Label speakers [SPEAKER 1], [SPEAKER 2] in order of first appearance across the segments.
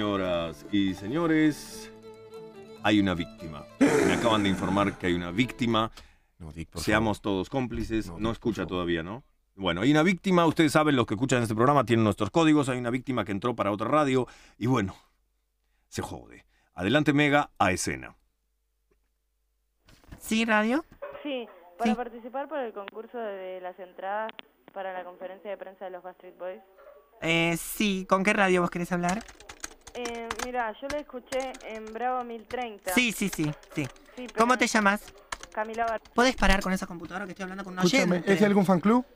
[SPEAKER 1] Señoras y señores, hay una víctima. Me acaban de informar que hay una víctima.
[SPEAKER 2] No, Dick, por
[SPEAKER 1] Seamos todos cómplices.
[SPEAKER 2] No,
[SPEAKER 1] No,
[SPEAKER 2] Dick, por
[SPEAKER 1] escucha
[SPEAKER 2] favor.
[SPEAKER 1] todavía, ¿no? Bueno, hay una víctima. Ustedes saben, los que escuchan este programa tienen nuestros códigos. Hay una víctima que entró para otra radio. Y bueno, se jode. Adelante, Mega, a escena.
[SPEAKER 3] Sí, radio.
[SPEAKER 4] Sí, para
[SPEAKER 3] Sí.
[SPEAKER 4] participar por el concurso de las entradas para la conferencia de prensa de los Backstreet Boys.
[SPEAKER 3] Eh, sí, ¿con qué radio vos querés hablar?
[SPEAKER 4] Eh, mira, yo la escuché en Bravo 1030.
[SPEAKER 3] Sí, sí, sí, sí.
[SPEAKER 4] Sí, pero-
[SPEAKER 3] ¿Cómo te llamas?
[SPEAKER 4] Camila Bar
[SPEAKER 3] ¿Podés parar con esa computadora que estoy hablando con un
[SPEAKER 5] Escúchame,
[SPEAKER 3] oyente?
[SPEAKER 5] ¿es de algún fan club?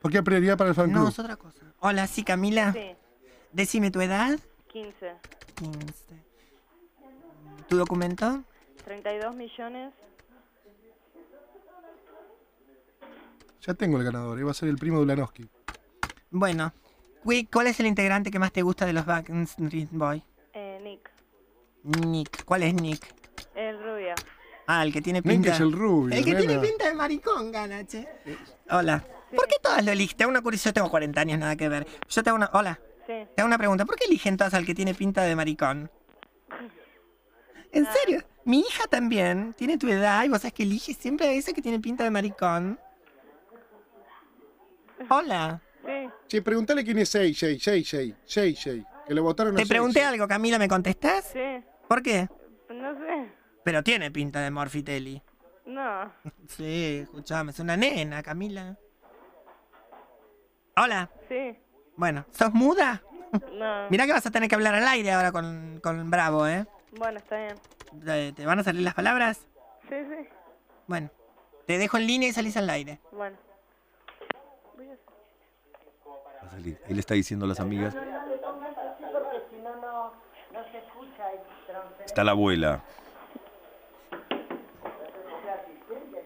[SPEAKER 5] ¿Por qué hay prioridad para el fan
[SPEAKER 3] No,
[SPEAKER 5] club?
[SPEAKER 3] es otra cosa. Hola, sí, Camila.
[SPEAKER 4] Sí,
[SPEAKER 3] Decime tu edad.
[SPEAKER 4] 15.
[SPEAKER 3] 15. ¿Tu documento?
[SPEAKER 4] 32 millones.
[SPEAKER 5] Ya tengo el ganador, iba a ser el primo de Ulanowski.
[SPEAKER 3] Bueno. Cui- ¿Cuál es el integrante que más te gusta de los Backstreet Boy?
[SPEAKER 4] Eh, Nick.
[SPEAKER 3] Nick. ¿Cuál es Nick?
[SPEAKER 4] El rubia.
[SPEAKER 3] Ah, el que tiene
[SPEAKER 5] Nick
[SPEAKER 3] pinta.
[SPEAKER 5] es el rubio,
[SPEAKER 3] El que tiene
[SPEAKER 5] nena.
[SPEAKER 3] pinta de maricón, ganache. Hola. ¿Por qué todas lo eligiste? Una curiosidad. Yo tengo 40 años, nada que ver. Yo tengo una. Hola.
[SPEAKER 4] Sí.
[SPEAKER 3] Te hago una pregunta, ¿por qué eligen todas al que tiene pinta de maricón? En serio, mi hija también tiene tu edad y vos sabés que elige siempre a ese que tiene pinta de maricón. Hola,
[SPEAKER 4] Sí.
[SPEAKER 5] Che, preguntale quién es Shay, Shay, Shay, Shay, Shay, Shay. Que le votaron a
[SPEAKER 3] te
[SPEAKER 5] Shay,
[SPEAKER 3] pregunté
[SPEAKER 5] Shay.
[SPEAKER 3] algo, Camila, ¿me contestás?
[SPEAKER 4] Sí.
[SPEAKER 3] ¿Por qué?
[SPEAKER 4] No sé.
[SPEAKER 3] Pero tiene pinta de Morfitelli.
[SPEAKER 4] No.
[SPEAKER 3] Sí, escuchame, es una nena, Camila. Hola,
[SPEAKER 4] Sí.
[SPEAKER 3] bueno, ¿sos muda?
[SPEAKER 4] No.
[SPEAKER 3] Mirá que vas a tener que hablar al aire ahora con, con Bravo, ¿eh?
[SPEAKER 4] Bueno, está bien.
[SPEAKER 3] ¿Te te van a salir las palabras?
[SPEAKER 4] Sí, sí.
[SPEAKER 3] Bueno, te dejo en línea y salís al aire.
[SPEAKER 4] Bueno.
[SPEAKER 1] Va a salir. Él está diciendo a las amigas. Está la abuela.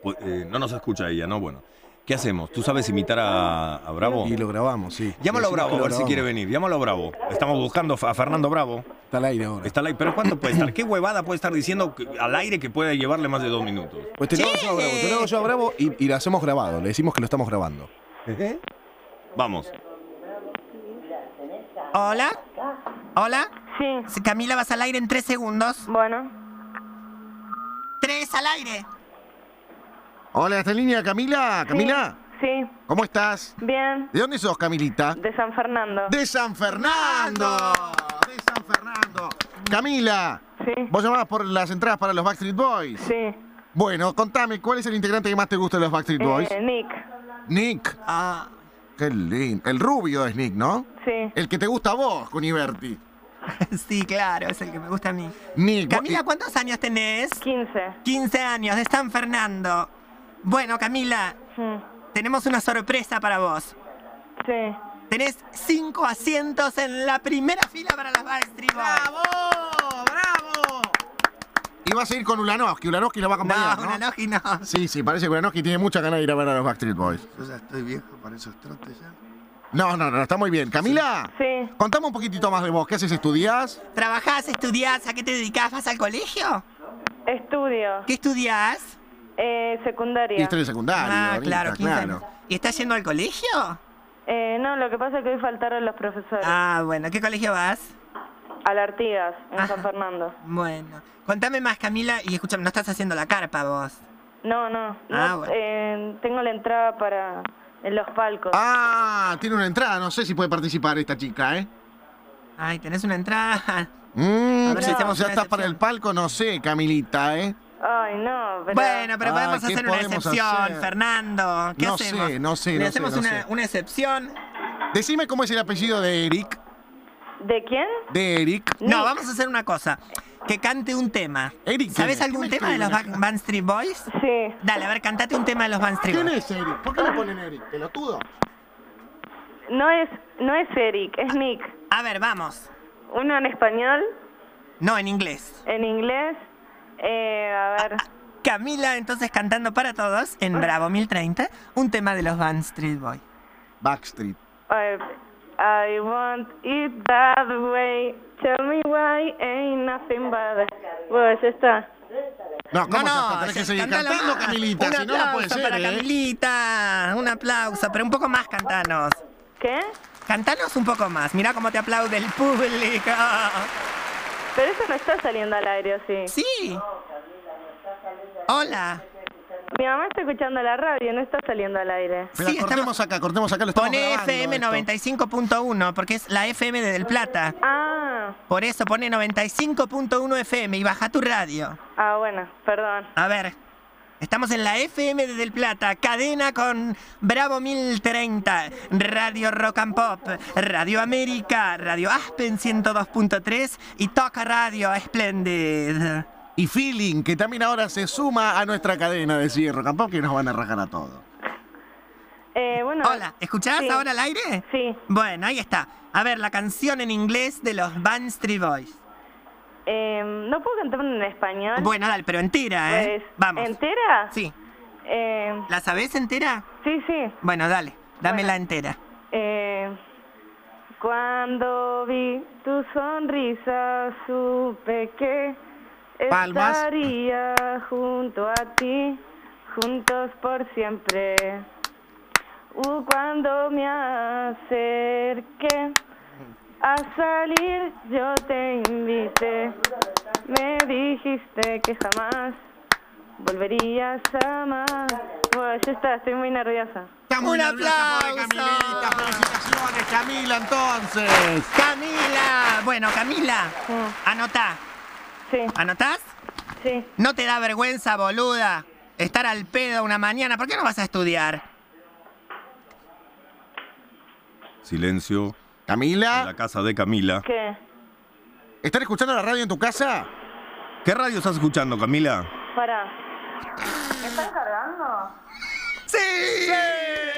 [SPEAKER 1] Pu- eh, no nos escucha ella, ¿no? Bueno. ¿Qué hacemos? ¿Tú sabes imitar a, a Bravo?
[SPEAKER 2] Y lo grabamos, sí.
[SPEAKER 1] Llámalo a
[SPEAKER 2] Decimos
[SPEAKER 1] Bravo,
[SPEAKER 2] que
[SPEAKER 1] a
[SPEAKER 2] lo
[SPEAKER 1] ver si
[SPEAKER 2] grabamos.
[SPEAKER 1] quiere venir. Llámalo a Bravo. Estamos buscando a Fernando Bravo.
[SPEAKER 2] Está al aire ahora.
[SPEAKER 1] Está al aire. Pero ¿cuánto puede estar? ¿Qué huevada puede estar diciendo que- al aire que puede llevarle más de dos minutos?
[SPEAKER 2] Pues te lo hago yo a Bravo, te lo hago yo a Bravo y, y lo hacemos grabado. Le decimos que lo estamos grabando. ¿Eh?
[SPEAKER 1] Vamos.
[SPEAKER 3] Hola. Hola.
[SPEAKER 4] Sí.
[SPEAKER 3] Sí, Camila, vas al aire en tres segundos.
[SPEAKER 4] Bueno.
[SPEAKER 3] Tres al aire.
[SPEAKER 6] Hola, ¿está en línea Camila? Camila,
[SPEAKER 4] Sí.
[SPEAKER 6] ¿cómo estás?
[SPEAKER 4] Bien.
[SPEAKER 6] ¿De dónde sos, Camilita?
[SPEAKER 4] De San Fernando.
[SPEAKER 6] De San Fernando. De San Fernando. Camila,
[SPEAKER 4] Sí.
[SPEAKER 6] vos llamabas por las entradas para los Backstreet Boys.
[SPEAKER 4] Sí.
[SPEAKER 6] Bueno, contame, ¿cuál es el integrante que más te gusta de los Backstreet Boys?
[SPEAKER 4] Eh, Nick.
[SPEAKER 6] Nick.
[SPEAKER 3] Ah,
[SPEAKER 6] Qué lindo. El rubio es Nick, ¿no?
[SPEAKER 4] Sí.
[SPEAKER 6] El que te gusta a vos, Cuniverti.
[SPEAKER 3] sí, claro, es el que me gusta a mí.
[SPEAKER 6] Nick. vos-
[SPEAKER 3] Camila, ¿cuántos años tenés?
[SPEAKER 4] 15.
[SPEAKER 3] 15 años, de San Fernando. Bueno, Camila,
[SPEAKER 4] Mm.
[SPEAKER 3] tenemos una sorpresa para vos.
[SPEAKER 4] Sí.
[SPEAKER 3] Tenés cinco asientos en la primera fila para las Backstreet Boys.
[SPEAKER 6] y vas a ir con Ulanowski. Ulanowski lo va a acompañar,
[SPEAKER 3] No,
[SPEAKER 6] ¿no?
[SPEAKER 3] una lógica no.
[SPEAKER 6] Sí, sí, parece que Ulanowski tiene mucha ganas de ir a ver a los Backstreet Boys.
[SPEAKER 7] Yo ya estoy viejo para esos trotes ya.
[SPEAKER 6] No, no, no, está muy bien. Camila,
[SPEAKER 4] Sí.
[SPEAKER 6] contame un poquitito más de vos. ¿Qué haces? ¿Estudiás?
[SPEAKER 3] ¿Trabajás, estudiás? ¿A qué te dedicás? ¿Vas al colegio?
[SPEAKER 4] Estudio.
[SPEAKER 3] ¿Qué estudiás?
[SPEAKER 4] Eh,
[SPEAKER 6] Y
[SPEAKER 4] secundaria.
[SPEAKER 6] historia secundaria.
[SPEAKER 3] ah,
[SPEAKER 6] ahorita,
[SPEAKER 3] claro, 15
[SPEAKER 6] claro.
[SPEAKER 3] años. ¿Y estás yendo al colegio?
[SPEAKER 4] Eh, no, lo que pasa es que hoy faltaron los profesores.
[SPEAKER 3] Ah, bueno, ¿qué colegio vas?
[SPEAKER 4] A la Artigas, en
[SPEAKER 3] Ajá.
[SPEAKER 4] San Fernando.
[SPEAKER 3] Bueno, contame más, Camila, y escúchame, no estás haciendo la carpa vos.
[SPEAKER 4] No, no. no,
[SPEAKER 3] Ah, bueno.
[SPEAKER 4] eh, tengo la entrada para en los palcos.
[SPEAKER 6] Ah, tiene una entrada. No sé si puede participar esta chica, ¿eh?
[SPEAKER 3] Ay, tenés una entrada.
[SPEAKER 6] Mm,
[SPEAKER 3] A ver si
[SPEAKER 6] ya-
[SPEAKER 3] hacemos
[SPEAKER 6] ya
[SPEAKER 3] una
[SPEAKER 6] estás para
[SPEAKER 3] excepción.
[SPEAKER 6] el palco, no sé, Camilita, ¿eh?
[SPEAKER 4] Ay, no, pero...
[SPEAKER 3] Bueno, pero
[SPEAKER 6] Ay,
[SPEAKER 3] podemos
[SPEAKER 6] ¿qué
[SPEAKER 3] hacer una
[SPEAKER 6] podemos
[SPEAKER 3] excepción,
[SPEAKER 6] hacer?
[SPEAKER 3] Fernando. ¿Qué
[SPEAKER 6] No sé,
[SPEAKER 3] hacemos?
[SPEAKER 6] no sé,
[SPEAKER 3] ¿Le
[SPEAKER 6] no sé,
[SPEAKER 3] hacemos
[SPEAKER 6] no
[SPEAKER 3] una,
[SPEAKER 6] sé.
[SPEAKER 3] una excepción?
[SPEAKER 6] Decime cómo es el apellido de Eric.
[SPEAKER 4] ¿De quién?
[SPEAKER 6] De Eric.
[SPEAKER 3] No, vamos a hacer una cosa. Que cante un tema.
[SPEAKER 6] Eric,
[SPEAKER 3] ¿Sabes
[SPEAKER 6] ¿quién es?
[SPEAKER 3] algún
[SPEAKER 6] ¿Quién
[SPEAKER 3] tema de los Back- Backstreet Boys?
[SPEAKER 4] Sí.
[SPEAKER 3] Dale, a ver, cantate un tema de los Backstreet
[SPEAKER 5] ¿Quién
[SPEAKER 3] Boys.
[SPEAKER 5] es Eric?
[SPEAKER 6] ¿Por qué le ponen Eric? ¿Pelotudo?
[SPEAKER 4] No es, no es Eric, es Nick.
[SPEAKER 3] A ver, vamos.
[SPEAKER 4] Uno en español,
[SPEAKER 3] No, en inglés.
[SPEAKER 4] en inglés. Eh, a ver.
[SPEAKER 3] Camila, entonces cantando para todos
[SPEAKER 6] Ah.
[SPEAKER 3] en Bravo 1030, un tema de los Backstreet Boys.
[SPEAKER 6] Backstreet.
[SPEAKER 4] I, I want it that way. Tell me why ain't nothing but... Bueno, ya está.
[SPEAKER 6] No, ¿cómo ya
[SPEAKER 3] No, no,
[SPEAKER 6] está? Tenés que seguir
[SPEAKER 3] cantalo
[SPEAKER 6] cantando,
[SPEAKER 3] más.
[SPEAKER 6] Camilita.
[SPEAKER 3] Un
[SPEAKER 6] Si no, no puede
[SPEAKER 3] aplauso
[SPEAKER 6] ser,
[SPEAKER 3] para
[SPEAKER 6] ¿eh?
[SPEAKER 3] Camilita, un aplauso, pero un poco más cantanos.
[SPEAKER 4] ¿Qué?
[SPEAKER 3] Cantanos un poco más. Mirá cómo te aplaude el público.
[SPEAKER 4] Pero eso no está saliendo al aire, ¿o sí?
[SPEAKER 3] Sí. Hola.
[SPEAKER 4] Mi mamá está escuchando la radio, no está saliendo al aire.
[SPEAKER 6] Espera,
[SPEAKER 3] Sí,
[SPEAKER 6] cortemos acá, cortemos acá, lo estamos
[SPEAKER 3] Pone
[SPEAKER 6] grabando
[SPEAKER 3] FM
[SPEAKER 6] esto.
[SPEAKER 3] 95.1 porque es la FM de Del Plata.
[SPEAKER 4] Ah,
[SPEAKER 3] Por eso pone 95.1 FM y baja tu radio.
[SPEAKER 4] ah, bueno, perdón.
[SPEAKER 3] A ver. Estamos en la FM de Del Plata, cadena con Bravo 1030, Radio Rock and Pop, Radio América, Radio Aspen 102.3 y Toca Radio Splendid.
[SPEAKER 6] Y Feeling, que también ahora se suma a nuestra cadena de cierre, tampoco que nos van a rajar a todos.
[SPEAKER 4] Eh, bueno.
[SPEAKER 3] Hola, ¿escuchás
[SPEAKER 4] sí.
[SPEAKER 3] ahora al aire?
[SPEAKER 4] Sí.
[SPEAKER 3] Bueno, ahí está. A ver, la canción en inglés de los Street Boys.
[SPEAKER 4] Eh, ¿No puedo cantar en español?
[SPEAKER 3] Bueno, dale, pero entera, ¿eh?
[SPEAKER 4] Pues,
[SPEAKER 3] Vamos.
[SPEAKER 4] ¿Entera?
[SPEAKER 3] Sí.
[SPEAKER 4] Eh,
[SPEAKER 3] ¿La sabés entera?
[SPEAKER 4] sí, sí.
[SPEAKER 3] Bueno, dale, dámela
[SPEAKER 4] Bueno.
[SPEAKER 3] entera.
[SPEAKER 4] Eh, cuando vi tu sonrisa, supe que
[SPEAKER 6] Palmas.
[SPEAKER 4] estaría junto a ti, juntos por siempre. Uh, cuando me acerqué a salir, yo te invité. Me dijiste que jamás volverías a más. Bueno, ya está, estoy muy nerviosa.
[SPEAKER 6] Está muy
[SPEAKER 3] ¡Un
[SPEAKER 6] nerviosa, pobre
[SPEAKER 3] aplauso!
[SPEAKER 6] Camilita. ¡Felicitaciones, Camila, entonces!
[SPEAKER 3] Camila, bueno, Camila, anotá.
[SPEAKER 4] Sí,
[SPEAKER 3] ¿Anotás?
[SPEAKER 4] sí.
[SPEAKER 3] ¿No te da vergüenza, boluda, estar al pedo una mañana? ¿Por qué no vas a estudiar?
[SPEAKER 1] Silencio en la
[SPEAKER 6] Camila,
[SPEAKER 1] casa de Camila.
[SPEAKER 4] ¿Qué?
[SPEAKER 6] ¿están escuchando la radio en tu casa?
[SPEAKER 1] ¿Qué radio estás escuchando, Camila?
[SPEAKER 4] Para. ¿Me están cargando?
[SPEAKER 3] ¡Sí!